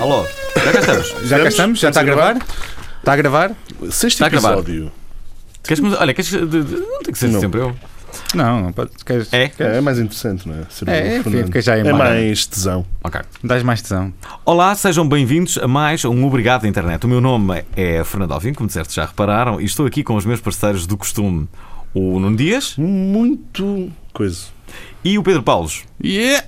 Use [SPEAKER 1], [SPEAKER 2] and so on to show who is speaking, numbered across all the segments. [SPEAKER 1] Alô, já cá estamos.
[SPEAKER 2] Já cá estamos? Já está a gravar? Está a gravar?
[SPEAKER 3] Sexto
[SPEAKER 1] Está a gravar.
[SPEAKER 3] episódio.
[SPEAKER 1] Queres começar? Olha, queres. de- de- Não tem que ser
[SPEAKER 3] Não.
[SPEAKER 1] sempre eu.
[SPEAKER 2] Não, não pode. Queres,
[SPEAKER 1] É?
[SPEAKER 3] É, é mais interessante, não é? Saber
[SPEAKER 2] É,
[SPEAKER 3] o
[SPEAKER 2] é,
[SPEAKER 3] Fernando.
[SPEAKER 2] fica já em
[SPEAKER 3] É
[SPEAKER 2] mar.
[SPEAKER 3] mais tesão.
[SPEAKER 1] Ok.
[SPEAKER 2] Dás mais tesão.
[SPEAKER 1] Olá, sejam bem-vindos a mais um Obrigado Internet. O meu nome é Fernando Alvim, como de certo já repararam, e estou aqui com os meus parceiros do costume, o Nuno Dias
[SPEAKER 3] Muito coisa.
[SPEAKER 1] e o Pedro Paulos.
[SPEAKER 2] Yeah!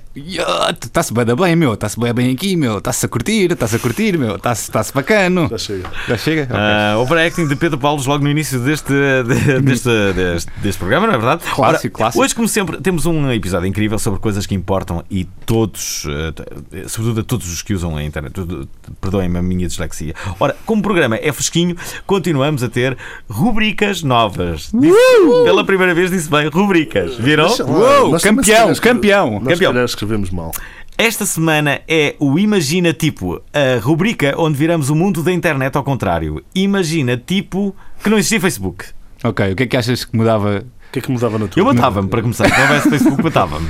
[SPEAKER 2] Está-se bem da bem, meu. Está-se bem, bem aqui, meu. Está-se a curtir, está-se a curtir, meu. Está-se tá bacano.
[SPEAKER 3] Já chega.
[SPEAKER 2] Já chega? Ok.
[SPEAKER 1] Ah, overacting de Pedro Paulos logo no início deste, de- deste, deste, deste programa, não é verdade?
[SPEAKER 2] Clássico, clássico.
[SPEAKER 1] Hoje, como sempre, temos um episódio incrível sobre coisas que importam e todos, eh, t- sobretudo a todos os que usam a internet, tudo- perdoem-me a minha dislexia. Ora, como o programa é fresquinho, continuamos a ter rubricas novas. Disse- Pela primeira vez disse bem, rubricas. Viram?
[SPEAKER 3] Deixa lá.
[SPEAKER 2] Uou,
[SPEAKER 3] Oh, Nós
[SPEAKER 2] campeão,
[SPEAKER 3] também se calhar escreve-
[SPEAKER 2] campeão.
[SPEAKER 3] Nós se
[SPEAKER 1] Campeão.
[SPEAKER 3] calhar escrevemos mal.
[SPEAKER 1] Esta semana é o Imagina Tipo, a rubrica onde viramos o mundo da internet ao contrário. Imagina Tipo que não existia Facebook.
[SPEAKER 2] Ok, o que é que achas que mudava?
[SPEAKER 3] O que é que mudava na tua
[SPEAKER 1] Eu matava-me para começar. Se não houvesse Facebook, matava-me.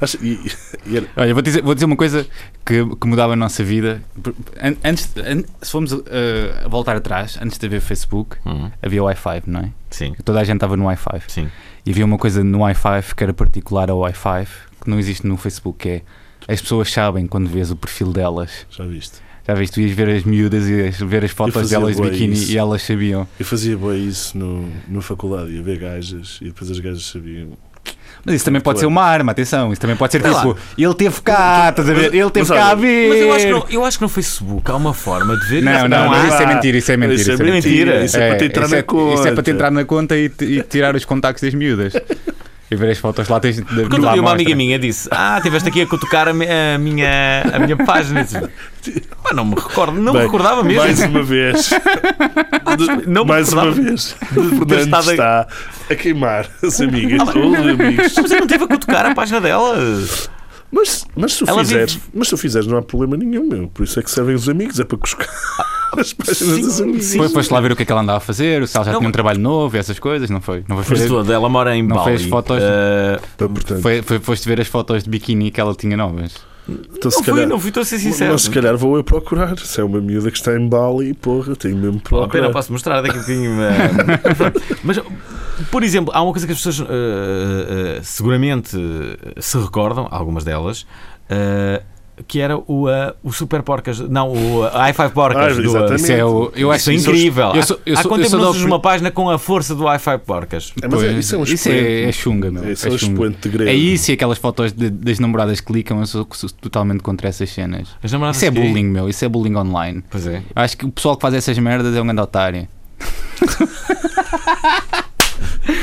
[SPEAKER 3] Acho- e- e era-
[SPEAKER 2] Olha, vou dizer, vou dizer uma coisa que, que mudava a nossa vida. Por- an- Antes, an- se formos eh, voltar atrás, antes de haver Facebook,
[SPEAKER 1] Hum.
[SPEAKER 2] havia Wi-Fi, não é?
[SPEAKER 1] Sim,
[SPEAKER 2] Toda a gente estava no Wi-Fi.
[SPEAKER 1] sim.
[SPEAKER 2] E havia uma coisa no Wi-Fi que era particular ao Wi-Fi que não existe no Facebook, que é as pessoas sabem quando vês o perfil delas.
[SPEAKER 3] Já viste.
[SPEAKER 2] Já viste, tu ias ver as miúdas e ias ver as fotos
[SPEAKER 3] fazia
[SPEAKER 2] delas de
[SPEAKER 3] bué
[SPEAKER 2] biquíni
[SPEAKER 3] isso.
[SPEAKER 2] e elas sabiam.
[SPEAKER 3] Eu fazia bem isso no, no faculdade, ia ver gajas e depois as gajas sabiam.
[SPEAKER 2] Mas isso também pode ser
[SPEAKER 3] claro.
[SPEAKER 2] uma arma, atenção, isso também pode ser
[SPEAKER 1] Sei lá.
[SPEAKER 2] tipo, ele teve cá, estás a ver? Ele teve
[SPEAKER 3] olha,
[SPEAKER 2] cá a ver.
[SPEAKER 1] Mas eu acho, que não, eu acho que no Facebook há uma forma de ver.
[SPEAKER 2] Não, não,
[SPEAKER 3] Não,
[SPEAKER 2] mas
[SPEAKER 3] não
[SPEAKER 2] isso é
[SPEAKER 3] dá.
[SPEAKER 2] mentira, isso é mentira.
[SPEAKER 3] Isso é
[SPEAKER 1] mentira.
[SPEAKER 3] Isso é para te entrar
[SPEAKER 2] isso
[SPEAKER 3] na
[SPEAKER 2] é- Isso é para te
[SPEAKER 3] conta.
[SPEAKER 2] entrar na conta e, te- e tirar os contactos das miúdas. E ver as fotos lá tens de
[SPEAKER 1] Porque outro dia uma amiga minha disse: Ah, estiveste aqui a cutucar a, mi- a minha, a minha página. Eu disse, Mas não me recordo, não me
[SPEAKER 3] Bem,
[SPEAKER 1] recordava mesmo.
[SPEAKER 3] Mais uma vez.
[SPEAKER 1] não me
[SPEAKER 3] mais uma
[SPEAKER 1] recordava.
[SPEAKER 3] vez. O Fernando
[SPEAKER 1] estado a-
[SPEAKER 3] está a queimar as amigas. Ou os amigos.
[SPEAKER 1] Mas eu não tive a cutucar a página delas.
[SPEAKER 3] Mas, mas, se o
[SPEAKER 1] Ela
[SPEAKER 3] fizeres,
[SPEAKER 1] vive-
[SPEAKER 3] mas se o fizeres, não há problema nenhum, meu. Por isso é que servem os amigos, é para cuscar as páginas dos
[SPEAKER 1] sim,
[SPEAKER 3] amigos.
[SPEAKER 1] sim.
[SPEAKER 2] Depois foste lá ver o que é que ela andava a fazer, o Sal já
[SPEAKER 1] Não,
[SPEAKER 2] tinha um
[SPEAKER 1] mas-
[SPEAKER 2] trabalho novo e essas coisas, não foi? Não foi
[SPEAKER 1] Mas
[SPEAKER 2] fazer.
[SPEAKER 1] toda, ela mora em
[SPEAKER 2] Não
[SPEAKER 1] Bali.
[SPEAKER 2] fez fotos?
[SPEAKER 1] Ah,
[SPEAKER 3] Então, portanto,
[SPEAKER 2] Foi, foi, foste ver as fotos de biquíni que ela tinha novas.
[SPEAKER 3] então,
[SPEAKER 1] não
[SPEAKER 3] se
[SPEAKER 1] fui,
[SPEAKER 3] calhar,
[SPEAKER 1] não fui, estou a ser
[SPEAKER 3] mas,
[SPEAKER 1] sincero.
[SPEAKER 3] se calhar vou eu procurar. Se é uma miúda que está em Bali, porra, tenho mesmo que
[SPEAKER 1] Vale a pena,
[SPEAKER 3] procurar.
[SPEAKER 1] posso mostrar daqui a bocadinho. eh, Mas, por exemplo, há uma coisa que as pessoas eh, eh, seguramente eh, se recordam, algumas delas, eh, que era o, eh, o Super Porcas, não, o eh, i5 Porcas.
[SPEAKER 3] Ah,
[SPEAKER 1] do, eh,
[SPEAKER 3] exatamente.
[SPEAKER 2] Isso é o. Eu acho
[SPEAKER 1] isso é
[SPEAKER 2] isso-
[SPEAKER 1] incrível.
[SPEAKER 2] Eu sou, eu
[SPEAKER 1] Há
[SPEAKER 2] sou,
[SPEAKER 1] quanto
[SPEAKER 2] eu
[SPEAKER 1] tempo
[SPEAKER 2] sou
[SPEAKER 1] não
[SPEAKER 2] da
[SPEAKER 1] surge
[SPEAKER 2] opini-
[SPEAKER 1] uma página com a força do i5 Porcas?
[SPEAKER 3] É, mas é-
[SPEAKER 2] Pois,
[SPEAKER 3] isso é um
[SPEAKER 2] isso
[SPEAKER 3] expoente.
[SPEAKER 2] é, é chunga, meu.
[SPEAKER 3] Isso é um
[SPEAKER 2] chunga.
[SPEAKER 3] expoente de grego.
[SPEAKER 2] É isso e aquelas fotos de- das namoradas que clicam, eu sou sou totalmente contra essas cenas.
[SPEAKER 1] As
[SPEAKER 3] Ah,
[SPEAKER 1] namoradas
[SPEAKER 2] Isso é
[SPEAKER 1] que-
[SPEAKER 2] bullying, meu. Isso é bullying online.
[SPEAKER 1] Pois é.
[SPEAKER 2] Eu Acho que o pessoal que faz essas merdas é um grande otário.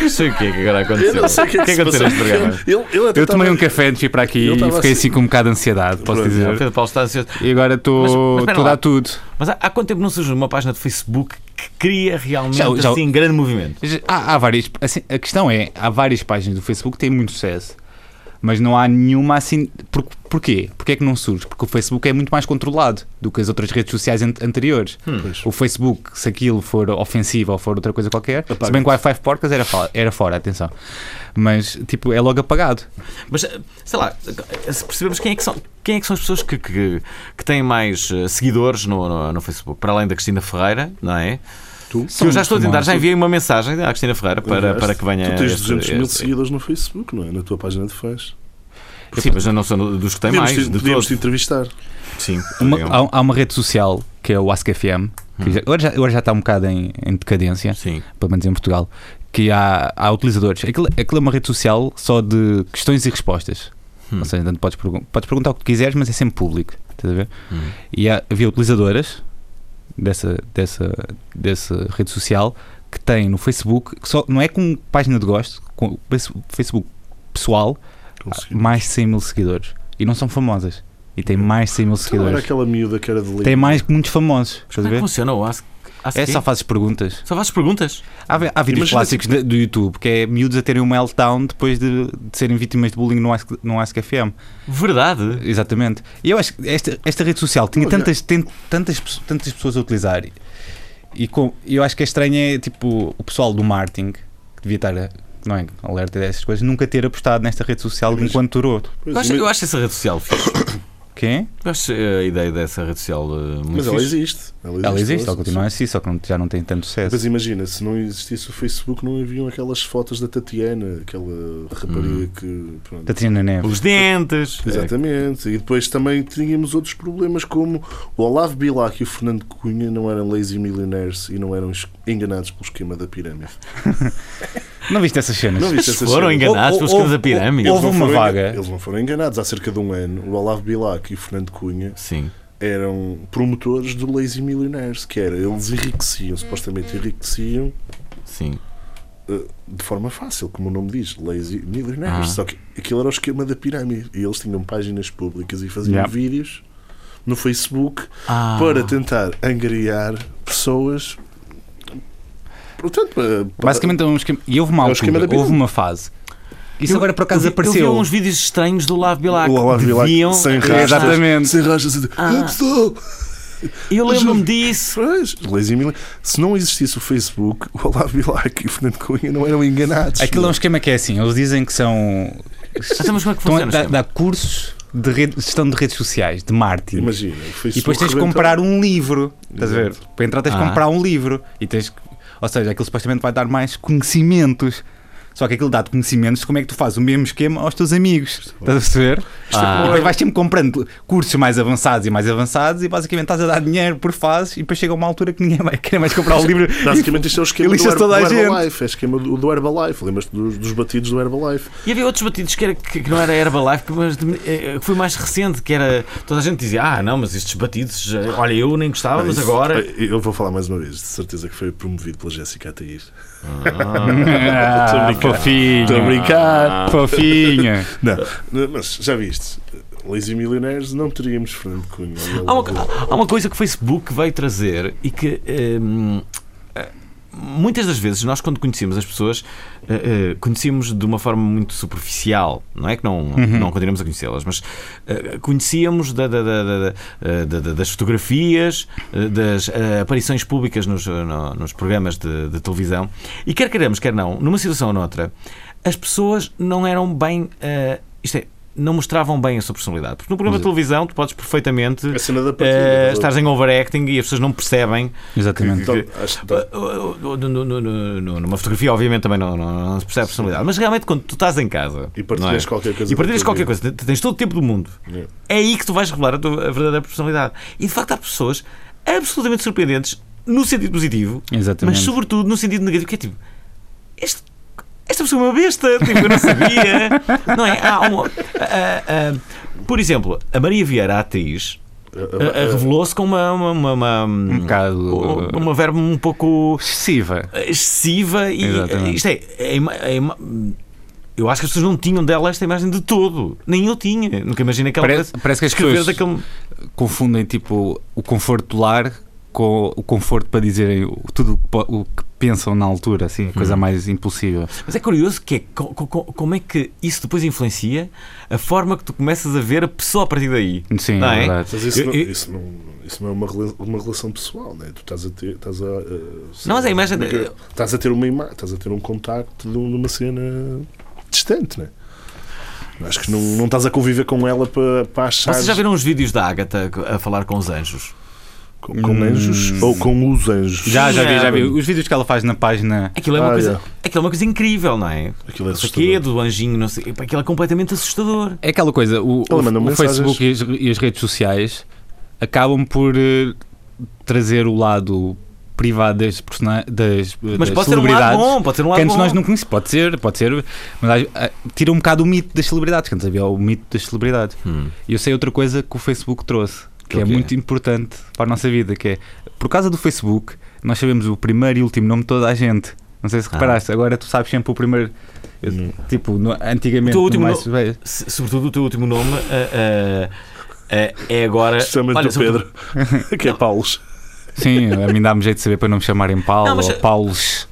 [SPEAKER 1] Não sei o que é que agora aconteceu.
[SPEAKER 3] Eu não sei o que é que se
[SPEAKER 1] aconteceu
[SPEAKER 3] passou.
[SPEAKER 1] neste programa?
[SPEAKER 3] Ele- ele até tá
[SPEAKER 2] Eu tomei
[SPEAKER 3] estava-
[SPEAKER 2] um café antes de ir para aqui
[SPEAKER 3] Eu
[SPEAKER 2] e
[SPEAKER 3] tava
[SPEAKER 2] fiquei
[SPEAKER 3] assim-
[SPEAKER 2] assim com um bocado de ansiedade, posso
[SPEAKER 3] Pronto.
[SPEAKER 1] Ah, O
[SPEAKER 2] dizer.
[SPEAKER 1] Pedro Paulo está ansioso.
[SPEAKER 2] E agora
[SPEAKER 1] Mas- mas
[SPEAKER 2] estou
[SPEAKER 1] espera
[SPEAKER 2] a
[SPEAKER 1] lá.
[SPEAKER 2] dar tudo.
[SPEAKER 1] Mas há, há quanto tempo não surge uma página de Facebook que cria realmente
[SPEAKER 2] Já- já-
[SPEAKER 1] assim grande movimento?
[SPEAKER 2] Há, há várias. assim, a questão é: há várias páginas do Facebook que têm muito sucesso, mas não há nenhuma assim. Por, porquê? Porquê é que não surge? Porque o Facebook é muito mais controlado do que as outras redes sociais ante- anteriores.
[SPEAKER 1] Hum.
[SPEAKER 3] Pois.
[SPEAKER 2] O Facebook, se aquilo for ofensivo ou for outra coisa qualquer,
[SPEAKER 3] Apaga.
[SPEAKER 2] se bem que o i5 Porcas era, fa- era fora, atenção. Mas, tipo, é logo apagado.
[SPEAKER 1] Mas, eh, sei lá, eh, se percebemos quem é que são, quem é que são as pessoas que, que, que têm mais eh, seguidores no, no, no Facebook, para além da Cristina Ferreira, não é?
[SPEAKER 3] Tu?
[SPEAKER 1] Que eu já estou a tentar, já enviei uma mensagem à Cristina Ferreira para,
[SPEAKER 3] Enviaste?
[SPEAKER 1] para que venha.
[SPEAKER 3] Tu tens
[SPEAKER 1] este-
[SPEAKER 3] 200 mil
[SPEAKER 1] este-
[SPEAKER 3] seguidores no Facebook, não é? Na tua página de fãs.
[SPEAKER 1] Sim, mas eu não sou no- dos que têm
[SPEAKER 3] Podíamos
[SPEAKER 1] mais,
[SPEAKER 3] te,
[SPEAKER 1] de
[SPEAKER 3] podíamos
[SPEAKER 1] todos.
[SPEAKER 3] te entrevistar.
[SPEAKER 1] Sim,
[SPEAKER 2] Uma-
[SPEAKER 1] digamos.
[SPEAKER 2] há, há uma rede social que é o AskFM, que já- agora, já, agora já está um bocado em- em
[SPEAKER 3] um-
[SPEAKER 2] decadência.
[SPEAKER 1] Hum. Sim.
[SPEAKER 2] pelo menos em Portugal, que há, há utilizadores. Aquilo, aquilo é uma rede social só de questões e respostas.
[SPEAKER 1] Hum.
[SPEAKER 2] Ou seja, então tanto podes, pergun- podes perguntar o que quiseres, mas é sempre público. Estás a ver?
[SPEAKER 1] Hum.
[SPEAKER 2] E há- havia utilizadoras dessa, dessa, dessa rede social que tem no Facebook, que só, não é com página de gosto, com o face- Facebook pessoal,
[SPEAKER 3] Consegui.
[SPEAKER 2] mais de 100 mil seguidores. E não são famosas. E
[SPEAKER 1] Hum.
[SPEAKER 2] tem mais de 100 mil
[SPEAKER 3] Então era
[SPEAKER 2] seguidores.
[SPEAKER 3] aquela miúda que era de
[SPEAKER 2] Tem
[SPEAKER 3] Lima.
[SPEAKER 2] mais que muitos famosos. Estás
[SPEAKER 1] Como é
[SPEAKER 2] a
[SPEAKER 1] que
[SPEAKER 2] ver?
[SPEAKER 1] funciona o Ask? ask
[SPEAKER 2] É
[SPEAKER 1] quê?
[SPEAKER 2] só fazes perguntas.
[SPEAKER 1] Só fazes perguntas.
[SPEAKER 2] Há, vi- há vídeos
[SPEAKER 3] Imagina- tipo
[SPEAKER 2] clássicos de- do YouTube que é miúdos a terem um meltdown depois de, de serem vítimas de bullying no Ask, no Ask FM.
[SPEAKER 1] Verdade.
[SPEAKER 2] Exatamente. E eu acho que esta, esta rede social tinha
[SPEAKER 3] Olha.
[SPEAKER 2] tantas, ten- tantas, pe- tantas pessoas a utilizar. E- E com, e eu acho que é estranho é tipo o pessoal do marketing que devia estar a- não é, alerta dessas coisas, nunca ter apostado nesta rede social
[SPEAKER 3] Mas-
[SPEAKER 2] enquanto durou.
[SPEAKER 3] Pois,
[SPEAKER 1] Eu acho,
[SPEAKER 3] mas-
[SPEAKER 1] eu acho essa rede social fixe.
[SPEAKER 2] Quem?
[SPEAKER 1] Eu acho a ideia dessa rede social eh, muito
[SPEAKER 3] Mas
[SPEAKER 1] fixe.
[SPEAKER 3] ela existe. Ela existe,
[SPEAKER 2] Ela existe,
[SPEAKER 3] ela
[SPEAKER 2] ela continua assim, só que não- já não tem tanto sucesso.
[SPEAKER 3] Mas imagina, se não existisse o Facebook, não haviam aquelas fotos da Tatiana, aquela rapariga que. pronto.
[SPEAKER 2] Hum. Tatiana Neves.
[SPEAKER 1] Os dentes.
[SPEAKER 3] Exatamente. E depois também tínhamos outros problemas, como o Olavo Bilac e o Fernando Cunha não eram lazy millionaires e não eram es- enganados pelo esquema da pirâmide.
[SPEAKER 2] Não viste essas cenas?
[SPEAKER 3] Não viste
[SPEAKER 1] Eles
[SPEAKER 3] essa
[SPEAKER 1] foram
[SPEAKER 3] cena?
[SPEAKER 1] enganados
[SPEAKER 2] Ou-
[SPEAKER 1] pelos
[SPEAKER 2] ou-
[SPEAKER 1] caras da pirâmide.
[SPEAKER 2] ou- houve
[SPEAKER 3] não
[SPEAKER 2] uma
[SPEAKER 3] foram engan-
[SPEAKER 2] vaga.
[SPEAKER 3] Eles não foram enganados. Há cerca de um ano, o Olavo Bilac e o Fernando Cunha
[SPEAKER 1] Sim.
[SPEAKER 3] eram promotores do lazy millionaires, que era, eles enriqueciam, supostamente enriqueciam eh,
[SPEAKER 1] Sim.
[SPEAKER 3] de forma fácil, como o nome diz, lazy millionaires.
[SPEAKER 1] Ah.
[SPEAKER 3] Só que aquilo era o esquema da pirâmide e eles tinham páginas públicas e faziam
[SPEAKER 2] Yeah.
[SPEAKER 3] vídeos no Facebook
[SPEAKER 2] Ah.
[SPEAKER 1] Ah.
[SPEAKER 3] para tentar angariar pessoas. Portanto, eh, para, para-
[SPEAKER 2] Basicamente é um esquema. E houve uma
[SPEAKER 3] É o
[SPEAKER 2] altura,
[SPEAKER 3] esquema da
[SPEAKER 2] houve
[SPEAKER 3] pirâmide.
[SPEAKER 2] uma fase. Isso
[SPEAKER 1] Eu-
[SPEAKER 2] agora por
[SPEAKER 1] eu vi-
[SPEAKER 2] acaso
[SPEAKER 1] Eu
[SPEAKER 2] apareceu.
[SPEAKER 1] vi uns vídeos estranhos do Olavo Bilac.
[SPEAKER 3] o Olavo Bilac
[SPEAKER 1] Deviam-
[SPEAKER 3] sem
[SPEAKER 2] É,
[SPEAKER 3] rastas,
[SPEAKER 2] exatamente.
[SPEAKER 3] sem rastas, assim,
[SPEAKER 1] Ah.
[SPEAKER 3] "Ah, pessoal,
[SPEAKER 1] Eu lembro-me disso.
[SPEAKER 3] pois, lazy millionaire." Se não existisse o Facebook, o Olavo Bilac e o Fernando Cunha não eram enganados.
[SPEAKER 2] Aquilo é um esquema que é assim, eles dizem que são.
[SPEAKER 1] Ah, então, mas como é que
[SPEAKER 2] Estão a
[SPEAKER 1] funciona?
[SPEAKER 2] dar,
[SPEAKER 1] isto?
[SPEAKER 2] dar cursos de rede- gestão de redes sociais, de marketing.
[SPEAKER 3] Imagina, o Facebook
[SPEAKER 2] e depois tens de
[SPEAKER 3] rebentou.
[SPEAKER 2] comprar um livro. Estás a ver?
[SPEAKER 3] Exato.
[SPEAKER 2] Para entrar tens de
[SPEAKER 1] Ah.
[SPEAKER 2] comprar um livro. E tens, que- ou seja, aquilo supostamente vai dar mais conhecimentos. Só que aquilo dá-te conhecimentos de como é que tu fazes o mesmo esquema aos teus amigos. Estás a perceber?
[SPEAKER 1] Ah.
[SPEAKER 2] E depois vais sempre comprando cursos mais avançados e mais avançados e basicamente estás a dar dinheiro por fases e depois chega uma altura que ninguém vai querer mais comprar o livro.
[SPEAKER 3] Basicamente isto é o esquema
[SPEAKER 2] Ele
[SPEAKER 3] do,
[SPEAKER 2] lista
[SPEAKER 3] Her-
[SPEAKER 2] toda a
[SPEAKER 3] do
[SPEAKER 2] gente.
[SPEAKER 3] Herbalife, é o esquema do, do Herbalife, lembras-te dos, dos batidos do Herbalife.
[SPEAKER 1] E havia outros batidos que, era, que, que não era Herbalife, que, mas de- eh, que foi mais recente, que era. Toda a gente dizia, ah, não, mas estes batidos, eh, olha, eu nem gostava, mas
[SPEAKER 3] Ah, Isso-
[SPEAKER 1] agora.
[SPEAKER 3] Eu vou falar mais uma vez, de certeza que foi promovido pela Jéssica Atair.
[SPEAKER 2] Ah,
[SPEAKER 3] Estou a brincar. Estou a
[SPEAKER 2] fofinho.
[SPEAKER 3] brincar.
[SPEAKER 2] Fofinha.
[SPEAKER 3] Não, mas já viste, Lazy Millionaires não teríamos Fernando Cunha. é
[SPEAKER 1] Há uma, há uma coisa que o Facebook veio trazer e que hum, eh, muitas das vezes nós quando conhecemos as pessoas eh, eh, conhecíamos de uma forma muito superficial, não é que não, não continuamos a conhecê-las, mas eh, conhecíamos da- da- da- da- da- eh, da- da- das fotografias, eh, das eh, aparições públicas nos, eh, no- nos programas de, de televisão e quer queremos, quer não, numa situação ou noutra, as pessoas não eram bem. eh, isto é, não mostravam bem a sua personalidade. Porque no programa de televisão tu podes perfeitamente
[SPEAKER 3] A cena da partida.
[SPEAKER 1] eh, estás em overacting e as pessoas não percebem.
[SPEAKER 2] Exatamente.
[SPEAKER 3] Então, acho- então,
[SPEAKER 1] Eh, eh, no- no- no- no- numa fotografia, obviamente, também não, não- não se percebe a personalidade. Mas realmente, quando tu estás em casa
[SPEAKER 3] E partilhas
[SPEAKER 1] não é?
[SPEAKER 3] qualquer coisa.
[SPEAKER 1] e partilhas
[SPEAKER 3] da tua
[SPEAKER 1] qualquer
[SPEAKER 3] vida.
[SPEAKER 1] coisa, te- tens todo o tempo do mundo,
[SPEAKER 3] Yeah.
[SPEAKER 1] é aí que tu vais revelar a tua a verdadeira personalidade. E de facto, há pessoas absolutamente surpreendentes no sentido positivo,
[SPEAKER 2] Exatamente.
[SPEAKER 1] mas sobretudo no sentido negativo, que é tipo. Este, esta pessoa é uma besta, tipo, eu não sabia. não é? Há uma- ah, ah, por exemplo, a Maria Vieira, a atriz,
[SPEAKER 3] É. A-
[SPEAKER 1] Uh,
[SPEAKER 3] a-
[SPEAKER 1] uh, revelou-se com uma, uma, uma, uma,
[SPEAKER 2] um bocado
[SPEAKER 1] um- uma verba um pouco
[SPEAKER 2] excessiva.
[SPEAKER 1] excessiva e
[SPEAKER 2] Exatamente.
[SPEAKER 1] isto é, a ima- a ima- eu acho que as pessoas não tinham dela esta imagem de todo, nem eu tinha, nunca imaginei que ela
[SPEAKER 2] Parece,
[SPEAKER 1] pudesse
[SPEAKER 2] parece que as
[SPEAKER 1] escrever
[SPEAKER 2] pessoas
[SPEAKER 1] daquele
[SPEAKER 2] confundem tipo o conforto do lar com o conforto para dizerem o- tudo o que po- o que pensam na altura, assim, a coisa
[SPEAKER 1] Hum.
[SPEAKER 2] mais impossível.
[SPEAKER 1] Mas é curioso que é co- co- co- como é que isso depois influencia a forma que tu começas a ver a pessoa a partir daí.
[SPEAKER 2] Sim,
[SPEAKER 1] Não
[SPEAKER 2] é
[SPEAKER 1] é?
[SPEAKER 2] verdade.
[SPEAKER 3] Mas isso,
[SPEAKER 1] Eu-
[SPEAKER 3] não,
[SPEAKER 1] eu-
[SPEAKER 3] isso, não, isso não é uma, rela- uma relação pessoal, né? Tu estás a ter. Estás a, eh, sei
[SPEAKER 1] Não, mas a
[SPEAKER 3] lá,
[SPEAKER 1] imagem-
[SPEAKER 3] como é que é? Estás a ter uma imagem, estás a ter um contacto de um- de uma cena distante, né? Acho que não, não estás a conviver com ela para, para achar.
[SPEAKER 1] Vocês já viram os vídeos da Agatha a falar com os anjos?
[SPEAKER 3] Com,
[SPEAKER 1] Hum.
[SPEAKER 3] com anjos ou com os anjos?
[SPEAKER 2] Já, já vi, já vi.
[SPEAKER 1] Não.
[SPEAKER 2] Os vídeos que ela faz na página.
[SPEAKER 1] Aquilo é uma,
[SPEAKER 3] Ah,
[SPEAKER 1] coisa,
[SPEAKER 3] yeah.
[SPEAKER 1] aquilo é uma coisa incrível, não é?
[SPEAKER 3] Aquilo é
[SPEAKER 1] Isso aqui é
[SPEAKER 3] assustador.
[SPEAKER 1] do anjinho, não sei, epá, aquilo é completamente assustador.
[SPEAKER 2] É aquela coisa, o,
[SPEAKER 3] Ela mandou
[SPEAKER 2] o- o
[SPEAKER 3] mensagens.
[SPEAKER 2] Facebook e as, e as redes sociais acabam por eh, trazer o lado privado das, persona- das, eh,
[SPEAKER 1] Mas
[SPEAKER 2] das
[SPEAKER 1] pode ser um lado
[SPEAKER 2] celebridades.
[SPEAKER 1] bom, pode ser um lado
[SPEAKER 2] que antes
[SPEAKER 1] bom.
[SPEAKER 2] nós não conhecíamos, pode ser, pode ser, mas ah, ah, tira um bocado o mito das celebridades, que antes havia o mito das celebridades.
[SPEAKER 1] Hum.
[SPEAKER 2] E eu sei outra coisa que o Facebook trouxe, que é
[SPEAKER 1] Ok.
[SPEAKER 2] muito importante para a nossa vida, que é por causa do Facebook, nós sabemos o primeiro e último nome de toda a gente. Não sei se
[SPEAKER 1] Ah.
[SPEAKER 2] reparaste, agora tu sabes sempre o primeiro. eu-
[SPEAKER 3] Hum.
[SPEAKER 2] Tipo, no- antigamente.
[SPEAKER 1] O teu último
[SPEAKER 2] no mais velho-
[SPEAKER 1] Se- Sobretudo o teu último nome ah, ah, ah, é agora.
[SPEAKER 3] Especialmente
[SPEAKER 1] Olha,
[SPEAKER 3] o
[SPEAKER 1] sobretudo-
[SPEAKER 3] Pedro, que é Paulos.
[SPEAKER 2] Sim, a mim dá-me jeito de saber para não me chamarem Paulo
[SPEAKER 1] Não, mas-
[SPEAKER 2] ou Paulos.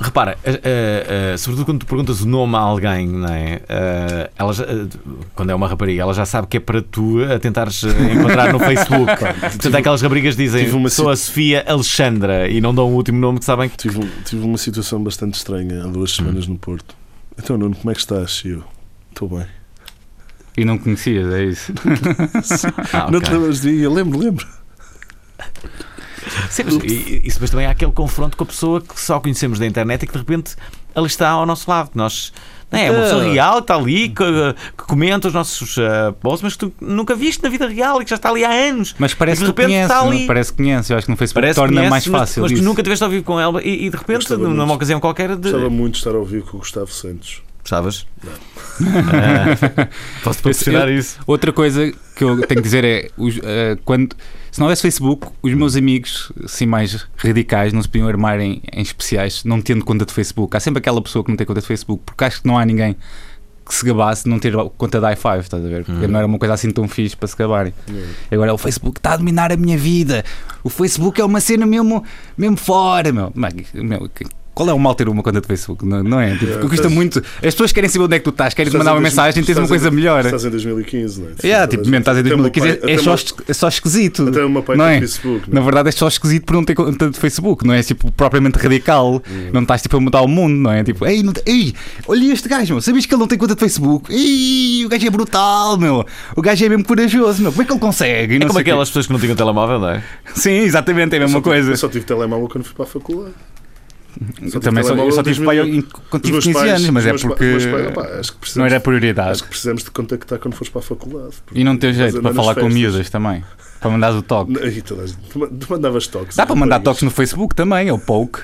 [SPEAKER 1] Repara, eh, eh, eh, sobretudo quando tu perguntas o nome a alguém, não é? Eh, ela já- eh, quando é uma rapariga, ela já sabe que é para tu a tentares eh, encontrar no Facebook. Portanto, é aquelas raparigas dizem
[SPEAKER 3] tive uma
[SPEAKER 1] sou a Sofia Alexandra e não dão o último nome que sabem que.
[SPEAKER 3] Tive, um- tive uma situação bastante estranha há duas semanas no Porto. Então, Nuno, como é que estás? E Eu, estou bem.
[SPEAKER 2] E não conhecias, é isso.
[SPEAKER 1] Ah,
[SPEAKER 3] Não
[SPEAKER 1] ok.
[SPEAKER 3] te lembras de mim? Eu lembro, lembro.
[SPEAKER 1] Sim, mas, e- e- isso, mas também há aquele confronto com a pessoa que só conhecemos da internet e que de repente ela está ao nosso lado. que Nós, não é? Uma pessoa real que está ali, que, que comenta os nossos eh, posts, mas que tu nunca viste na vida real e que já está ali há anos.
[SPEAKER 2] Mas parece
[SPEAKER 1] E
[SPEAKER 2] que
[SPEAKER 1] de
[SPEAKER 2] tu
[SPEAKER 1] repente
[SPEAKER 2] conheces,
[SPEAKER 1] está
[SPEAKER 2] não é?
[SPEAKER 1] ali.
[SPEAKER 2] parece que conheces. Eu acho que no Facebook
[SPEAKER 1] Parece
[SPEAKER 2] torna
[SPEAKER 1] que conheces,
[SPEAKER 2] mais
[SPEAKER 1] mas-
[SPEAKER 2] fácil
[SPEAKER 1] Mas,
[SPEAKER 2] isso.
[SPEAKER 1] tu nunca tiveste ao vivo com ela e, e de repente,
[SPEAKER 3] Gostava
[SPEAKER 1] numa
[SPEAKER 3] muito.
[SPEAKER 1] ocasião qualquer, de...
[SPEAKER 3] Gostava muito de estar ao vivo com o Gustavo Santos.
[SPEAKER 1] gostavas? Ah, Posso proporcionar isso?
[SPEAKER 2] Outra coisa que eu tenho que dizer é: os, eh, quando, se não houvesse Facebook, os meus amigos assim mais radicais não se podiam armar em, em especiais, não tendo conta de Facebook. Há sempre aquela pessoa que não tem conta de Facebook, porque acho que não há ninguém que se gabasse de não ter conta da i5, estás a ver? Porque
[SPEAKER 3] Uhum.
[SPEAKER 1] Hum.
[SPEAKER 2] não era uma coisa assim tão fixe para se gabarem.
[SPEAKER 3] Hum.
[SPEAKER 2] E Agora o Facebook está a dominar a minha vida. O Facebook é uma cena mesmo, mesmo fora, meu. Mano, meu, que- Qual é o mal ter uma conta de Facebook? Não, não é? Tipo,
[SPEAKER 3] É,
[SPEAKER 2] custa
[SPEAKER 3] estás-
[SPEAKER 2] muito. As pessoas querem saber onde é que tu estás, querem te
[SPEAKER 3] Estás
[SPEAKER 2] mandar
[SPEAKER 3] em
[SPEAKER 2] uma
[SPEAKER 3] dois-
[SPEAKER 2] mensagem, tens
[SPEAKER 3] estás
[SPEAKER 2] uma
[SPEAKER 3] em-
[SPEAKER 2] coisa melhor.
[SPEAKER 3] Estás em 2015, não é?
[SPEAKER 2] Yeah, tipo, man, estás em
[SPEAKER 3] Até o meu
[SPEAKER 2] 2015,
[SPEAKER 3] pai-
[SPEAKER 2] é
[SPEAKER 3] até
[SPEAKER 2] só,
[SPEAKER 3] o
[SPEAKER 2] es- é só esquisito.
[SPEAKER 3] meu- Até o meu pai
[SPEAKER 2] não
[SPEAKER 3] tem
[SPEAKER 2] é?
[SPEAKER 3] Facebook.
[SPEAKER 2] Na
[SPEAKER 3] Não. é?
[SPEAKER 2] verdade, é só esquisito por não ter conta de Facebook, não é? Tipo, propriamente radical.
[SPEAKER 3] Hum.
[SPEAKER 2] Não estás tipo a mudar o mundo, não é? Tipo, ei, não te- ei olha este gajo, meu. Sabias que ele não tem conta de Facebook? Ei, o gajo é brutal, meu. O gajo é mesmo corajoso, meu. Como é que ele consegue?
[SPEAKER 1] É
[SPEAKER 2] Não
[SPEAKER 1] como
[SPEAKER 2] sei o quê.
[SPEAKER 1] aquelas pessoas que não tinham telemóvel, não é?
[SPEAKER 2] Sim, exatamente, é a
[SPEAKER 3] Eu só
[SPEAKER 2] mesma
[SPEAKER 3] tive-
[SPEAKER 2] coisa.
[SPEAKER 3] Eu só tive telemóvel quando fui para a faculdade.
[SPEAKER 2] Eu também só, eu
[SPEAKER 3] telemóvel
[SPEAKER 2] só
[SPEAKER 3] em
[SPEAKER 2] tive
[SPEAKER 3] 2000.
[SPEAKER 2] pai em- quando
[SPEAKER 3] Os
[SPEAKER 2] tive
[SPEAKER 3] meus
[SPEAKER 2] 15
[SPEAKER 3] pais-
[SPEAKER 2] anos, mas
[SPEAKER 3] os
[SPEAKER 2] é
[SPEAKER 3] meus pa-
[SPEAKER 2] porque
[SPEAKER 3] meus pais, opá, acho que
[SPEAKER 2] não
[SPEAKER 3] precisamos-
[SPEAKER 2] era prioridade.
[SPEAKER 3] Acho que precisamos de contactar quando fores para a faculdade. porque
[SPEAKER 2] E não teu
[SPEAKER 3] estás
[SPEAKER 2] jeito
[SPEAKER 3] a
[SPEAKER 2] para
[SPEAKER 3] andar nas
[SPEAKER 2] falar com
[SPEAKER 3] festas.
[SPEAKER 2] miúdas também. Para mandar o toque.
[SPEAKER 3] Não, e toda a gente- Tu ma- tu mandavas toques.
[SPEAKER 2] Dá para mandar toques
[SPEAKER 3] raparigas.
[SPEAKER 2] no Facebook também, é o poke.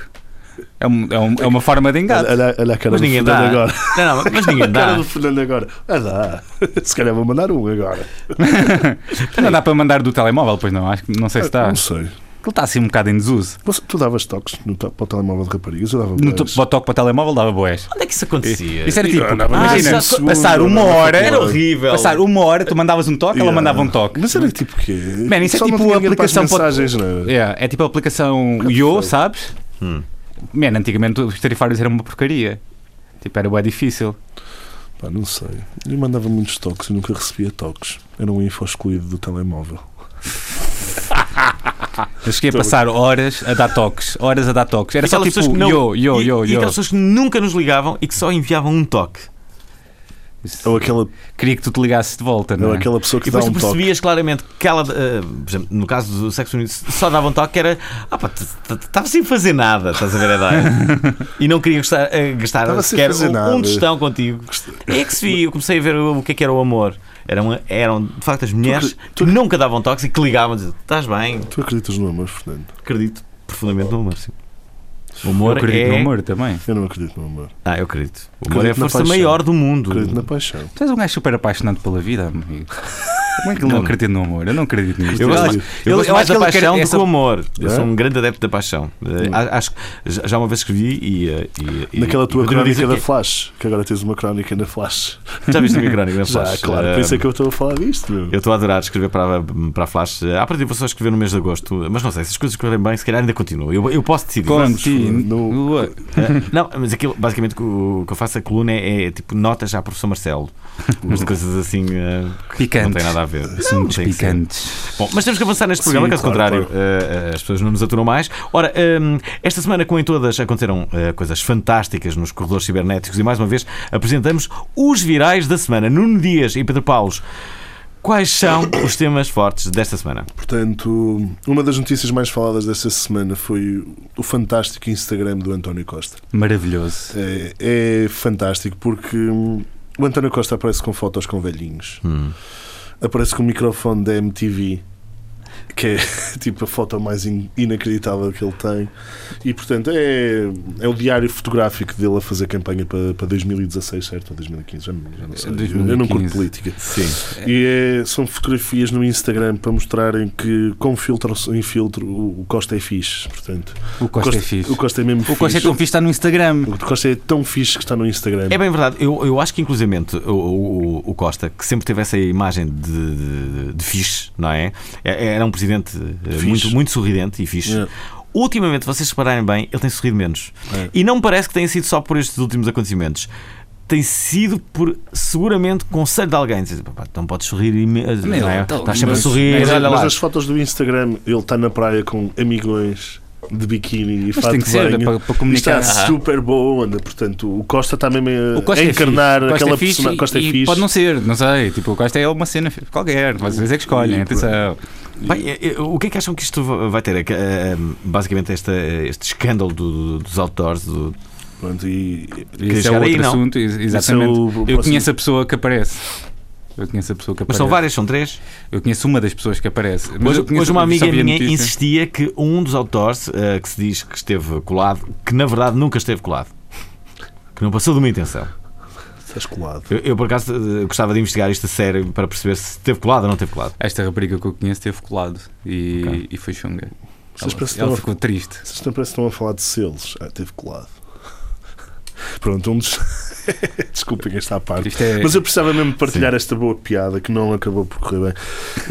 [SPEAKER 2] É, um- é um- é uma forma de engate.
[SPEAKER 3] Olha, olha- olha a cara
[SPEAKER 1] Mas
[SPEAKER 3] do
[SPEAKER 1] ninguém
[SPEAKER 3] Fernando
[SPEAKER 1] dá.
[SPEAKER 3] agora.
[SPEAKER 1] Não, não, mas ninguém
[SPEAKER 3] A cara
[SPEAKER 1] dá.
[SPEAKER 3] do Fernando agora. Ah, dá. Se calhar vou mandar um agora.
[SPEAKER 2] Não dá para mandar do telemóvel, pois não, acho que não sei se está.
[SPEAKER 3] Não
[SPEAKER 2] Ele
[SPEAKER 3] sei.
[SPEAKER 2] está assim um bocado em desuso.
[SPEAKER 3] Você- tu davas toques no, to- para o telemóvel de raparigas? Eu dava
[SPEAKER 2] No to-
[SPEAKER 3] boas.
[SPEAKER 2] para o toque para o telemóvel dava boés.
[SPEAKER 1] Onde é que isso acontecia?
[SPEAKER 2] Isso era
[SPEAKER 3] E-
[SPEAKER 2] tipo,
[SPEAKER 3] Ah, não, mas
[SPEAKER 2] imagina,
[SPEAKER 1] isso é-
[SPEAKER 2] passar
[SPEAKER 3] segundo,
[SPEAKER 2] uma
[SPEAKER 3] não, não,
[SPEAKER 2] hora,
[SPEAKER 3] não,
[SPEAKER 1] Era horrível.
[SPEAKER 2] passar uma hora, tu mandavas um toque, ela
[SPEAKER 3] Yeah.
[SPEAKER 2] mandava um toque.
[SPEAKER 3] Mas era tipo o quê?
[SPEAKER 2] Man, isso é
[SPEAKER 3] Só não
[SPEAKER 2] tipo
[SPEAKER 3] tinha
[SPEAKER 2] a
[SPEAKER 3] ninguém para as
[SPEAKER 2] aplicação para-
[SPEAKER 3] mensagens, não é?
[SPEAKER 2] Yeah, é tipo a aplicação
[SPEAKER 3] Nunca
[SPEAKER 2] Yo,
[SPEAKER 3] sei.
[SPEAKER 2] sabes?
[SPEAKER 1] Hum.
[SPEAKER 2] Man, antigamente os tarifários eram uma porcaria. Tipo, era bué difícil.
[SPEAKER 3] Pá, não sei. Eu mandava muitos toques e nunca recebia toques. Era um info excluído do telemóvel.
[SPEAKER 2] Eu cheguei a
[SPEAKER 3] Tô-
[SPEAKER 2] passar horas a dar toques, horas a dar toques. Era
[SPEAKER 1] E
[SPEAKER 2] só
[SPEAKER 1] aquelas
[SPEAKER 2] tipo
[SPEAKER 1] pessoas que não-
[SPEAKER 2] Yo, Yo,
[SPEAKER 1] e,
[SPEAKER 2] Yo,
[SPEAKER 1] e
[SPEAKER 2] Yo.
[SPEAKER 1] aquelas pessoas que nunca nos ligavam e que só enviavam um toque.
[SPEAKER 3] Ou É aquela,
[SPEAKER 2] Queria que tu te ligasses de volta, não
[SPEAKER 3] ou
[SPEAKER 2] é?
[SPEAKER 3] aquela pessoa
[SPEAKER 1] E
[SPEAKER 3] que dá
[SPEAKER 1] depois tu
[SPEAKER 3] um toque.
[SPEAKER 1] percebias claramente que ela, eh, por exemplo, no caso do sexo unido, só dava um toque que era. Ah, pá, t- t- estava sem fazer nada, estás a ver? Era, e não queria gastar, eh, gastar
[SPEAKER 3] Estava sem
[SPEAKER 1] sequer
[SPEAKER 3] fazer
[SPEAKER 1] um,
[SPEAKER 3] nada.
[SPEAKER 1] um tostão contigo. É que se vi, eu comecei a ver o, o que é que era o amor. Eram, eram de facto as mulheres que nunca davam toques e que ligavam e diziam: estás bem,
[SPEAKER 3] Tu acreditas no amor, Fernando?
[SPEAKER 1] acredito profundamente no amor. Sim. O
[SPEAKER 2] Eu
[SPEAKER 1] amor
[SPEAKER 2] acredito
[SPEAKER 1] é...
[SPEAKER 2] no amor também.
[SPEAKER 3] Eu não acredito no amor.
[SPEAKER 1] Ah, eu acredito. O amor é a
[SPEAKER 3] Acredito na
[SPEAKER 1] força
[SPEAKER 3] paixão.
[SPEAKER 1] maior do mundo.
[SPEAKER 3] Acredito na paixão.
[SPEAKER 2] Tu és um gajo super apaixonado pela vida, amigo. Como é que ele não,
[SPEAKER 1] Não.
[SPEAKER 2] acredita no amor? Eu não acredito nisto.
[SPEAKER 1] Eu gosto
[SPEAKER 2] acho-
[SPEAKER 1] mais, eu gosto
[SPEAKER 2] eu
[SPEAKER 1] mais
[SPEAKER 2] acho
[SPEAKER 1] da
[SPEAKER 2] que ele quer
[SPEAKER 1] paixão do
[SPEAKER 2] essa-
[SPEAKER 1] que o amor. Eu
[SPEAKER 3] É?
[SPEAKER 1] sou um grande adepto da paixão. Eh,
[SPEAKER 3] Hum.
[SPEAKER 1] a- Acho que já já uma vez escrevi e. eh, e- e-
[SPEAKER 3] Naquela tua
[SPEAKER 1] e continuo a
[SPEAKER 3] crónica
[SPEAKER 1] dizer
[SPEAKER 3] da
[SPEAKER 1] que- é-
[SPEAKER 3] Flash, que agora tens uma crónica na Flash.
[SPEAKER 1] Já viste a minha crónica da
[SPEAKER 3] Já,
[SPEAKER 1] Flash?
[SPEAKER 3] claro,
[SPEAKER 1] Eh,
[SPEAKER 3] por isso é que eu estou a falar disto, meu.
[SPEAKER 1] Eu estou a adorar escrever para, para a Flash. Eh, À partida vou só escrever no mês de agosto, mas não sei, se as coisas correrem bem, se calhar ainda continuo. Eu, eu posso decidir.
[SPEAKER 2] Contigo.
[SPEAKER 1] Eh, Não, mas aquilo, basicamente, o o que eu faço a coluna é, é, tipo notas já ao professor Marcelo. Umas coisas assim. eh, que Não tem
[SPEAKER 2] Picantes.
[SPEAKER 1] nada a ver. Não
[SPEAKER 2] Assuntos
[SPEAKER 1] tem que ser.
[SPEAKER 2] picantes.
[SPEAKER 1] Bom, mas temos que avançar neste
[SPEAKER 3] Sim,
[SPEAKER 1] programa, caso
[SPEAKER 3] claro,
[SPEAKER 1] contrário, eh, eh, as pessoas não nos aturam mais. Ora, ehm, esta semana, como em todas, aconteceram eh, coisas fantásticas nos corredores cibernéticos e mais uma vez apresentamos os virais da semana. Nuno Dias e Pedro Paulos. Quais são os temas fortes desta semana?
[SPEAKER 3] Portanto, uma das notícias mais faladas desta semana foi o fantástico Instagram do António Costa.
[SPEAKER 2] Maravilhoso.
[SPEAKER 3] É, é fantástico porque hum, o António
[SPEAKER 2] Hum.
[SPEAKER 3] Costa aparece com fotos com velhinhos, aparece com o microfone da MTV. que é tipo a foto mais in- inacreditável que ele tem. E portanto é, é o diário fotográfico dele a fazer campanha para, para 2016, certo? Ou 2015, já, já
[SPEAKER 2] É
[SPEAKER 3] não sei. Eu- Eu não curto
[SPEAKER 2] 2015.
[SPEAKER 3] política.
[SPEAKER 1] Sim.
[SPEAKER 3] E é- são fotografias no Instagram para mostrarem que, com filtro ou sem filtro, o o Costa é fixe. Portanto,
[SPEAKER 2] O Costa, é fixe.
[SPEAKER 3] O Costa é mesmo
[SPEAKER 2] O Costa é
[SPEAKER 3] fixe.
[SPEAKER 2] tão fixe está no Instagram.
[SPEAKER 3] O Costa é tão fixe que está no Instagram.
[SPEAKER 1] É bem verdade, eu, eu acho que inclusivamente o, o- o Costa, que sempre teve essa imagem de, de, de fixe, não é? É- Era um presidente eh,
[SPEAKER 3] Fixe.
[SPEAKER 1] muito, muito sorridente e fixe.
[SPEAKER 3] Yeah.
[SPEAKER 1] Ultimamente, vocês repararem bem, ele tem sorrido menos.
[SPEAKER 3] É.
[SPEAKER 1] E não me parece que tenha sido só por estes últimos acontecimentos. Tem sido por, seguramente, conselho de alguém. Dizer, "Pá, não podes sorrir imenso.
[SPEAKER 2] Meu,
[SPEAKER 1] não é?
[SPEAKER 2] então,
[SPEAKER 1] Estás sempre
[SPEAKER 2] mas-
[SPEAKER 1] a sorrir.
[SPEAKER 3] Mas,
[SPEAKER 1] olha
[SPEAKER 3] mas
[SPEAKER 1] lá.
[SPEAKER 3] as fotos do Instagram, ele está na praia com amigões de biquíni e
[SPEAKER 2] Mas
[SPEAKER 3] fato
[SPEAKER 2] tem que
[SPEAKER 3] de
[SPEAKER 2] ser é
[SPEAKER 3] banho.
[SPEAKER 2] para, para
[SPEAKER 3] E está
[SPEAKER 2] comunicar.
[SPEAKER 3] super boa onda, portanto, o Costa está mesmo a,
[SPEAKER 2] O Costa
[SPEAKER 3] a
[SPEAKER 2] é
[SPEAKER 3] encarnar
[SPEAKER 2] fixe. O Costa
[SPEAKER 3] aquela
[SPEAKER 2] é fixe
[SPEAKER 3] personagem. Costa é
[SPEAKER 2] e
[SPEAKER 3] fixe.
[SPEAKER 2] Pode não ser, não sei. Tipo, o Costa é uma cena fi- qualquer. Vocês é que escolhem,
[SPEAKER 3] E-
[SPEAKER 2] atenção.
[SPEAKER 1] Bem, eh, eh, o que é que acham que isto va- vai ter? É que, eh, Basicamente, esta- este escândalo do- do- dos outdoors, do,
[SPEAKER 3] Pronto, e-
[SPEAKER 1] queria
[SPEAKER 2] Isso é
[SPEAKER 1] chegar
[SPEAKER 2] outro
[SPEAKER 1] aí, não.
[SPEAKER 2] assunto, ex- exatamente.
[SPEAKER 3] Esse é o- o
[SPEAKER 2] Eu
[SPEAKER 3] próximo-
[SPEAKER 2] conheço a pessoa que aparece. Eu conheço a pessoa que
[SPEAKER 1] Mas
[SPEAKER 2] aparece.
[SPEAKER 1] são várias, são três.
[SPEAKER 2] Eu conheço uma das pessoas que aparece. Mas
[SPEAKER 1] Hoje,
[SPEAKER 2] eu conheço-
[SPEAKER 1] hoje uma
[SPEAKER 2] eu só
[SPEAKER 1] amiga
[SPEAKER 2] vi a
[SPEAKER 1] minha
[SPEAKER 2] notícia.
[SPEAKER 1] insistia que um dos autores eh, que se diz que esteve colado, que na verdade nunca esteve colado. Que não passou de uma intenção.
[SPEAKER 3] Estás colado.
[SPEAKER 1] Eu, eu, por acaso eh, gostava de investigar isto a sério para perceber se teve colado ou não teve colado.
[SPEAKER 2] Esta rapariga que eu conheço teve colado e,
[SPEAKER 1] Ok.
[SPEAKER 2] e foi chunga.
[SPEAKER 3] Vocês
[SPEAKER 2] Ela,
[SPEAKER 3] parecem que
[SPEAKER 2] ela
[SPEAKER 3] estão a-
[SPEAKER 2] ficou triste.
[SPEAKER 3] Vocês não parecem que estão a falar de selos. Ah, teve colado. Pronto, um dos. Desculpem esta parte.
[SPEAKER 2] Isto é-
[SPEAKER 3] Mas eu precisava mesmo partilhar esta boa piada que não acabou por correr bem.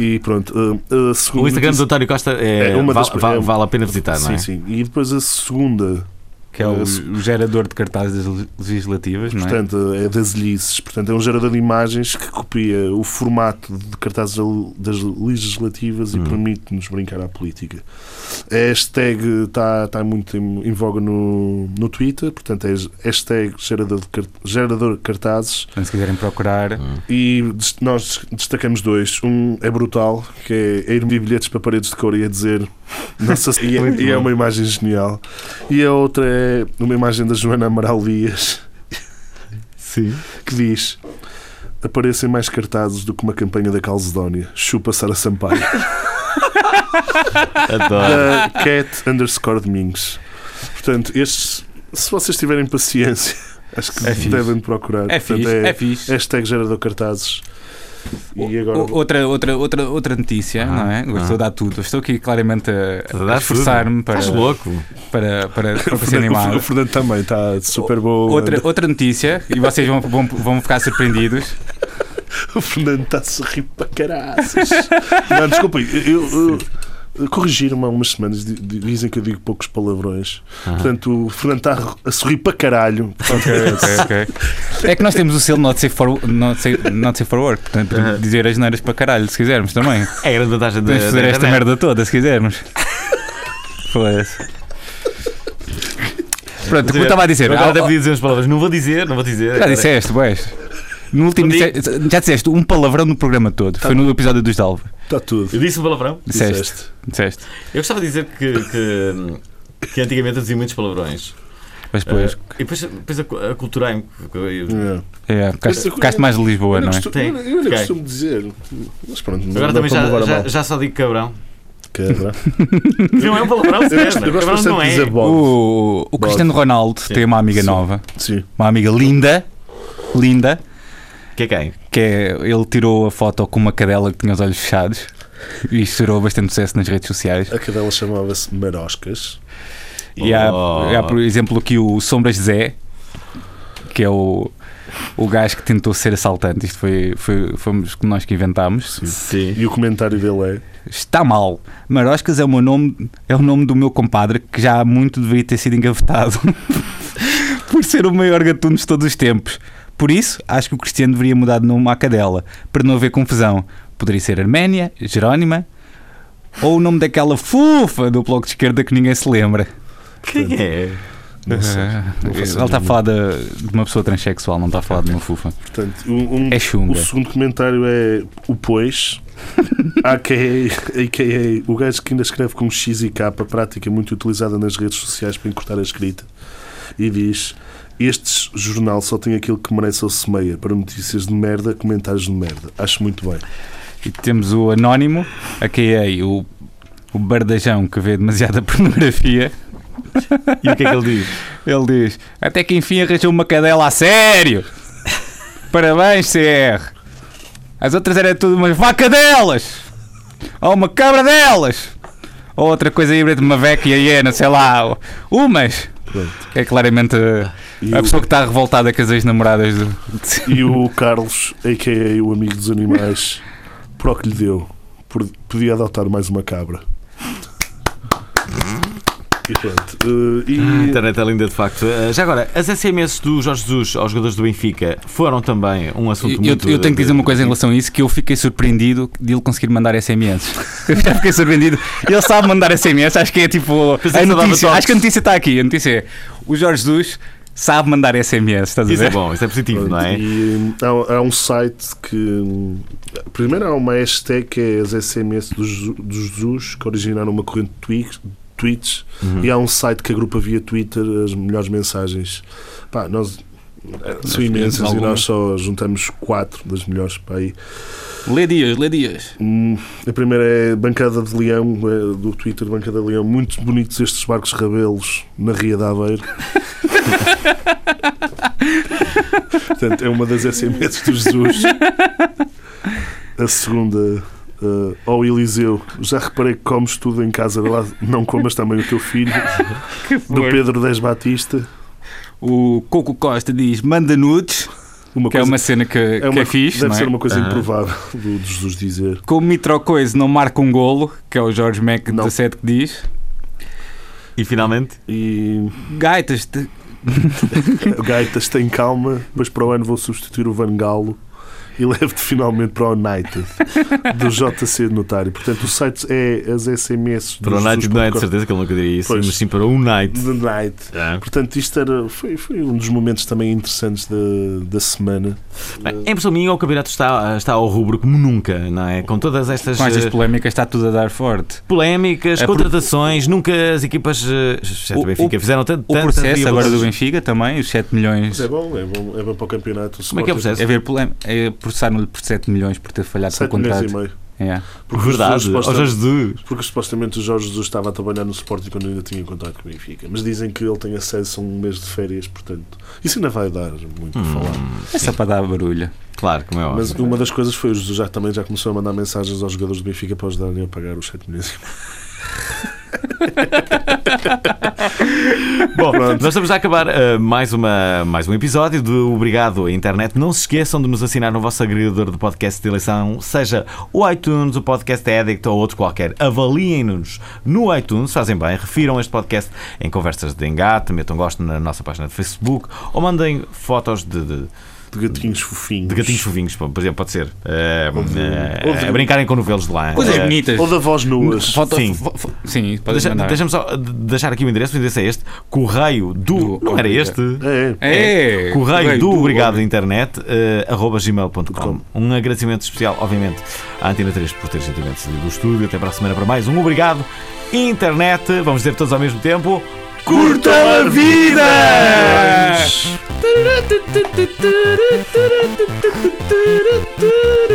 [SPEAKER 3] E pronto, ah, a, a segunda.
[SPEAKER 1] O Instagram do
[SPEAKER 3] notícia-
[SPEAKER 1] António Costa eh,
[SPEAKER 3] É uma
[SPEAKER 1] val-
[SPEAKER 3] das-
[SPEAKER 1] val-
[SPEAKER 3] é
[SPEAKER 2] um-
[SPEAKER 1] vale,
[SPEAKER 3] uma-
[SPEAKER 1] a pena visitar, não é?
[SPEAKER 3] Sim, sim. E depois a segunda,
[SPEAKER 2] que é o,
[SPEAKER 3] Esse-
[SPEAKER 2] o gerador de cartazes le- legislativas, não é?
[SPEAKER 3] portanto, é das lices. Portanto, é um gerador de imagens que copia o formato de cartazes al- das legislativas
[SPEAKER 1] Hum.
[SPEAKER 3] e permite-nos brincar à política. A hashtag está está muito em, em voga no, no Twitter, portanto, é hashtag gerador de, car- gerador de cartazes.
[SPEAKER 2] Portanto, se quiserem procurar,
[SPEAKER 1] Hum.
[SPEAKER 3] E des- nós destacamos dois. Um é brutal, que é a ir medir bilhetes para paredes de cor e a dizer. Nossa, e, é,
[SPEAKER 1] Muito
[SPEAKER 3] e é
[SPEAKER 1] bom.
[SPEAKER 3] uma imagem genial. E a outra é uma imagem da Joana Amaral Dias
[SPEAKER 1] Sim.
[SPEAKER 3] que diz: Aparecem mais cartazes do que uma campanha da Calcedónia. Chupa Sara Sampaio.
[SPEAKER 1] Adoro.
[SPEAKER 2] Eh,
[SPEAKER 3] da Uh, Cat underscore Domingos. Portanto, estes, se vocês tiverem paciência, acho que
[SPEAKER 2] É fixe.
[SPEAKER 3] devem procurar.
[SPEAKER 2] é
[SPEAKER 3] Portanto,
[SPEAKER 2] fixe, é, fixe.
[SPEAKER 3] Hashtag gerador cartazes. E agora.
[SPEAKER 2] O- Outra, outra, outra, outra notícia,
[SPEAKER 1] Ah,
[SPEAKER 2] não é? Hoje
[SPEAKER 1] ah.
[SPEAKER 2] Estou a dar tudo. Estou aqui claramente a,
[SPEAKER 1] a
[SPEAKER 2] a
[SPEAKER 1] dar
[SPEAKER 2] esforçar-me para,
[SPEAKER 1] Estás louco.
[SPEAKER 2] para, para, para
[SPEAKER 3] O
[SPEAKER 2] parecer
[SPEAKER 3] Fernando-
[SPEAKER 2] animado.
[SPEAKER 3] O Fernando também está super bom.
[SPEAKER 2] Outra, outra notícia, e vocês vão, vão, vão ficar surpreendidos.
[SPEAKER 3] O Fernando está a sorrir para caraças. Não, desculpem, eu. eu- eu- Corrigiram-me há umas semanas, di- di- dizem que eu digo poucos palavrões. Portanto, o Fernando está a sorrir para caralho. Tá,
[SPEAKER 2] Ok, ok, ok. É que nós temos o selo not safe for, not safe, not safe for work. Portanto, podemos dizer as neiras para caralho, se quisermos também.
[SPEAKER 1] É a grande vantagem da.
[SPEAKER 2] Podemos fazer
[SPEAKER 1] da
[SPEAKER 2] esta
[SPEAKER 1] internet.
[SPEAKER 2] merda toda, se quisermos. Foda-se. Pronto, como eu estava a dizer,
[SPEAKER 1] Eu é, agora né? até
[SPEAKER 2] ah,
[SPEAKER 1] podia dizer umas palavras. Não vou dizer, não vou dizer.
[SPEAKER 2] já disseste, pois. No último,
[SPEAKER 1] Não
[SPEAKER 2] disse- já disseste um palavrão no programa todo. Foi no episódio dos Dalva.
[SPEAKER 3] Está tá tudo.
[SPEAKER 1] Eu disse um palavrão.
[SPEAKER 2] Disseste, disseste.
[SPEAKER 1] Eu gostava de dizer que, que, que antigamente eu dizia muitos palavrões.
[SPEAKER 2] Mas depois,
[SPEAKER 1] Eh, e depois, depois a- aculturei-me.
[SPEAKER 3] É.
[SPEAKER 2] é, ficaste,
[SPEAKER 3] Essa coisa-
[SPEAKER 2] ficaste mais de Lisboa,
[SPEAKER 3] Eu não
[SPEAKER 2] não é?
[SPEAKER 3] costumo-
[SPEAKER 1] Tem.
[SPEAKER 3] eu não- eu não
[SPEAKER 1] Ok.
[SPEAKER 3] costumo dizer. Mas pronto, não-
[SPEAKER 1] Agora
[SPEAKER 3] não
[SPEAKER 1] também
[SPEAKER 3] estou-me
[SPEAKER 1] já,
[SPEAKER 3] agora
[SPEAKER 1] já,
[SPEAKER 3] mal.
[SPEAKER 1] já só digo cabrão.
[SPEAKER 3] Quebra.
[SPEAKER 1] Não é um palavrão,
[SPEAKER 3] Eu gosto,
[SPEAKER 1] Sérgio.
[SPEAKER 3] eu gosto
[SPEAKER 1] Cabrão
[SPEAKER 3] bastante
[SPEAKER 1] não
[SPEAKER 3] de
[SPEAKER 1] é.
[SPEAKER 3] dizer
[SPEAKER 2] Uh.
[SPEAKER 3] bode.
[SPEAKER 2] O, o Cristiano Ronaldo tem uma amiga
[SPEAKER 3] Sim.
[SPEAKER 2] nova,
[SPEAKER 3] Sim.
[SPEAKER 2] uma amiga linda, linda,
[SPEAKER 1] Que é quem?
[SPEAKER 2] que é, ele tirou a foto com uma cadela que tinha os olhos fechados e isso gerou bastante sucesso nas redes sociais.
[SPEAKER 3] A cadela chamava-se Maroscas.
[SPEAKER 2] E há,
[SPEAKER 1] Oh.
[SPEAKER 2] há, por exemplo, aqui o Sombras Zé, que é o, o gajo que tentou ser assaltante. Isto foi, foi, fomos que nós que inventámos.
[SPEAKER 1] Sim.
[SPEAKER 3] E o comentário dele é.
[SPEAKER 2] Está mal. Maroscas é o, meu nome, é o nome do meu compadre que já há muito deveria ter sido engavetado por ser o maior gatuno de todos os tempos. Por isso, acho que o Cristiano deveria mudar de nome à cadela, para não haver confusão. Poderia ser Arménia, Jerónima, ou o nome daquela fufa do bloco de esquerda que ninguém se lembra. Ah,
[SPEAKER 1] Quem é?
[SPEAKER 3] Não sei. não faço
[SPEAKER 2] Ele está a
[SPEAKER 3] ideia.
[SPEAKER 2] falar de, de uma pessoa transexual, não está a falar de uma fufa.
[SPEAKER 3] Portanto, um- um-
[SPEAKER 2] É
[SPEAKER 3] o
[SPEAKER 2] chunga.
[SPEAKER 3] segundo comentário é o pois. AKA, AKA o gajo que ainda escreve com um X e K, prática muito utilizada nas redes sociais para encurtar a escrita, e diz: Este jornal só tem aquilo que merece ou semeia para notícias de merda, comentários de merda. Acho muito bem.
[SPEAKER 2] E temos é o Anónimo, a.k.a. o o bardajão que vê demasiada pornografia.
[SPEAKER 1] E o que é que ele diz?
[SPEAKER 2] Ele diz: Até que enfim arranjou uma cadela a sério. Parabéns, CR. As outras eram tudo umas vaca delas, ou uma cabra delas, ou outra coisa híbrida de uma veca e a hiena, sei lá, ou- umas. É claramente
[SPEAKER 3] Ah, E
[SPEAKER 2] a
[SPEAKER 3] o,
[SPEAKER 2] pessoa que está revoltada com as ex-namoradas do.
[SPEAKER 3] e o Carlos, a.k.a. o amigo dos animais, para o que lhe deu, por- podia adotar mais uma cabra. E pronto. eh, e-
[SPEAKER 1] A internet é linda, de facto. Uh, Já agora, as SMS do Jorge Jesus aos jogadores do Benfica foram também um assunto
[SPEAKER 2] Eu,
[SPEAKER 1] muito.
[SPEAKER 2] eu tenho que dizer uma coisa em relação a isso: que eu fiquei surpreendido de ele conseguir mandar SMS. Eu já fiquei surpreendido. Ele sabe mandar SMS, acho que é tipo.
[SPEAKER 1] Pensei
[SPEAKER 2] a
[SPEAKER 1] que só dava
[SPEAKER 2] notícia,
[SPEAKER 1] toques.
[SPEAKER 2] acho que a notícia está aqui. A notícia é: o Jorge Jesus sabe mandar SMS, estás a
[SPEAKER 1] Isso é
[SPEAKER 2] ver?
[SPEAKER 1] bom, isso é positivo, não é?
[SPEAKER 3] E hum, há, há um site que. hum, Primeiro há uma hashtag que é as SMS do, Jesu- do Jesus, que originaram uma corrente de twi- tweets.
[SPEAKER 1] Uhum.
[SPEAKER 3] E há um site que agrupa via Twitter as melhores mensagens. Pá, nós. eh, São imensas e
[SPEAKER 2] algumas.
[SPEAKER 3] nós só juntamos quatro das melhores para aí.
[SPEAKER 2] Lê dias, lê dias.
[SPEAKER 3] Hum, A primeira é Bancada de Leão, eh, do Twitter Bancada de Leão. Muito bonitos estes barcos rabelos na Ria de Aveiro. Portanto, é uma das SMS do Jesus. A segunda, eh, ao Eliseu, já reparei que comes tudo em casa, vê lá, não comas também o teu filho. Do Pedro 10 Batista.
[SPEAKER 2] O Coco Costa diz: manda nudes,
[SPEAKER 3] Uma
[SPEAKER 2] que é uma cena que é, que é fixe.
[SPEAKER 3] deve
[SPEAKER 2] não é?
[SPEAKER 3] ser uma coisa
[SPEAKER 1] Aham.
[SPEAKER 3] improvável do de Jesus dizer.
[SPEAKER 2] Com o Mitrocoise não marca um golo, que é o Jorge Mac
[SPEAKER 3] Não.
[SPEAKER 2] 17 que diz.
[SPEAKER 1] E finalmente,
[SPEAKER 3] E
[SPEAKER 2] Gaitas, te-
[SPEAKER 3] Gaitas, tem calma, mas para o ano vou substituir o Van Galo e levo-te finalmente para o United do JC Notário. Portanto, o site é as SMS
[SPEAKER 1] para o Night, não é de certeza que ele nunca diria isso,
[SPEAKER 3] Pois.
[SPEAKER 1] mas sim para o Night.
[SPEAKER 3] The Night.
[SPEAKER 1] Ah.
[SPEAKER 3] Portanto, isto era, foi, foi um dos momentos também interessantes da, da semana.
[SPEAKER 1] Bem, Em pessoa minha, o campeonato está, está ao rubro como nunca, não é? Com todas estas
[SPEAKER 2] com estas
[SPEAKER 1] eh,
[SPEAKER 2] polémicas, está tudo a dar forte.
[SPEAKER 1] polémicas,
[SPEAKER 2] A pro-
[SPEAKER 1] contratações, nunca as equipas, eh, exceto
[SPEAKER 2] O-
[SPEAKER 1] o Benfica, fizeram tanto.
[SPEAKER 2] O processo agora do Benfica também, os 7 milhões.
[SPEAKER 3] Mas é bom, é bom, é bom para o campeonato.
[SPEAKER 1] Como é que é o processo?
[SPEAKER 2] É ver problema. É processaram-lhe por 7 milhões por ter falhado com o
[SPEAKER 3] 7 milhões e
[SPEAKER 2] contrato.
[SPEAKER 3] meio.
[SPEAKER 2] É.
[SPEAKER 3] Porque
[SPEAKER 1] Verdade,
[SPEAKER 3] os jogadores
[SPEAKER 1] aos
[SPEAKER 3] postam-
[SPEAKER 1] Jesus.
[SPEAKER 3] Porque supostamente o Jorge Jesus estava a trabalhar no Sporting quando ainda tinha contrato com o Benfica. Mas dizem que ele tem acesso a um mês de férias, portanto. Isso ainda vai dar muito
[SPEAKER 1] Hum.
[SPEAKER 3] a falar.
[SPEAKER 2] É só para dar barulho.
[SPEAKER 1] Claro, como é
[SPEAKER 3] Mas
[SPEAKER 1] óbvio.
[SPEAKER 3] uma das coisas foi o Jesus já também já começou a mandar mensagens aos jogadores do Benfica para ajudarem a pagar os 7 milhões.
[SPEAKER 1] Bom, nós estamos a acabar eh, mais, uma, mais um episódio do Obrigado à Internet. Não se esqueçam de nos assinar no vosso agregador de podcast de eleição, seja o iTunes, o Podcast Addict ou outro qualquer. Avaliem-nos no iTunes, fazem bem, refiram este podcast em conversas de engate, metam gosto na nossa página de Facebook ou mandem fotos de, de-
[SPEAKER 3] De gatinhos fofinhos.
[SPEAKER 1] de gatinhos fovinhos, por exemplo, pode ser. Eh, eh,
[SPEAKER 3] ou de-
[SPEAKER 1] a brincarem com novelos de lã.
[SPEAKER 2] Coisas
[SPEAKER 1] Eh,
[SPEAKER 2] bonitas.
[SPEAKER 3] Ou de avós nuas.
[SPEAKER 2] Falta-
[SPEAKER 1] Sim.
[SPEAKER 2] fo- fo- Sim, podem
[SPEAKER 1] deixa-
[SPEAKER 2] mandar.
[SPEAKER 1] Deixa-me só eh, de- deixar aqui o endereço, o endereço é este. Correio do.
[SPEAKER 2] Do-
[SPEAKER 1] não era este?
[SPEAKER 3] É,
[SPEAKER 2] É,
[SPEAKER 1] Correio do Obrigado Internet, eh, arroba gmail.com. Um agradecimento especial, obviamente, à Antena 3 por ter gentilmente cedido do estúdio. Até para a semana para mais um Obrigado Internet. Vamos dizer todos ao mesmo tempo: Curtam a vida!
[SPEAKER 3] é.
[SPEAKER 2] Obrigado.
[SPEAKER 3] é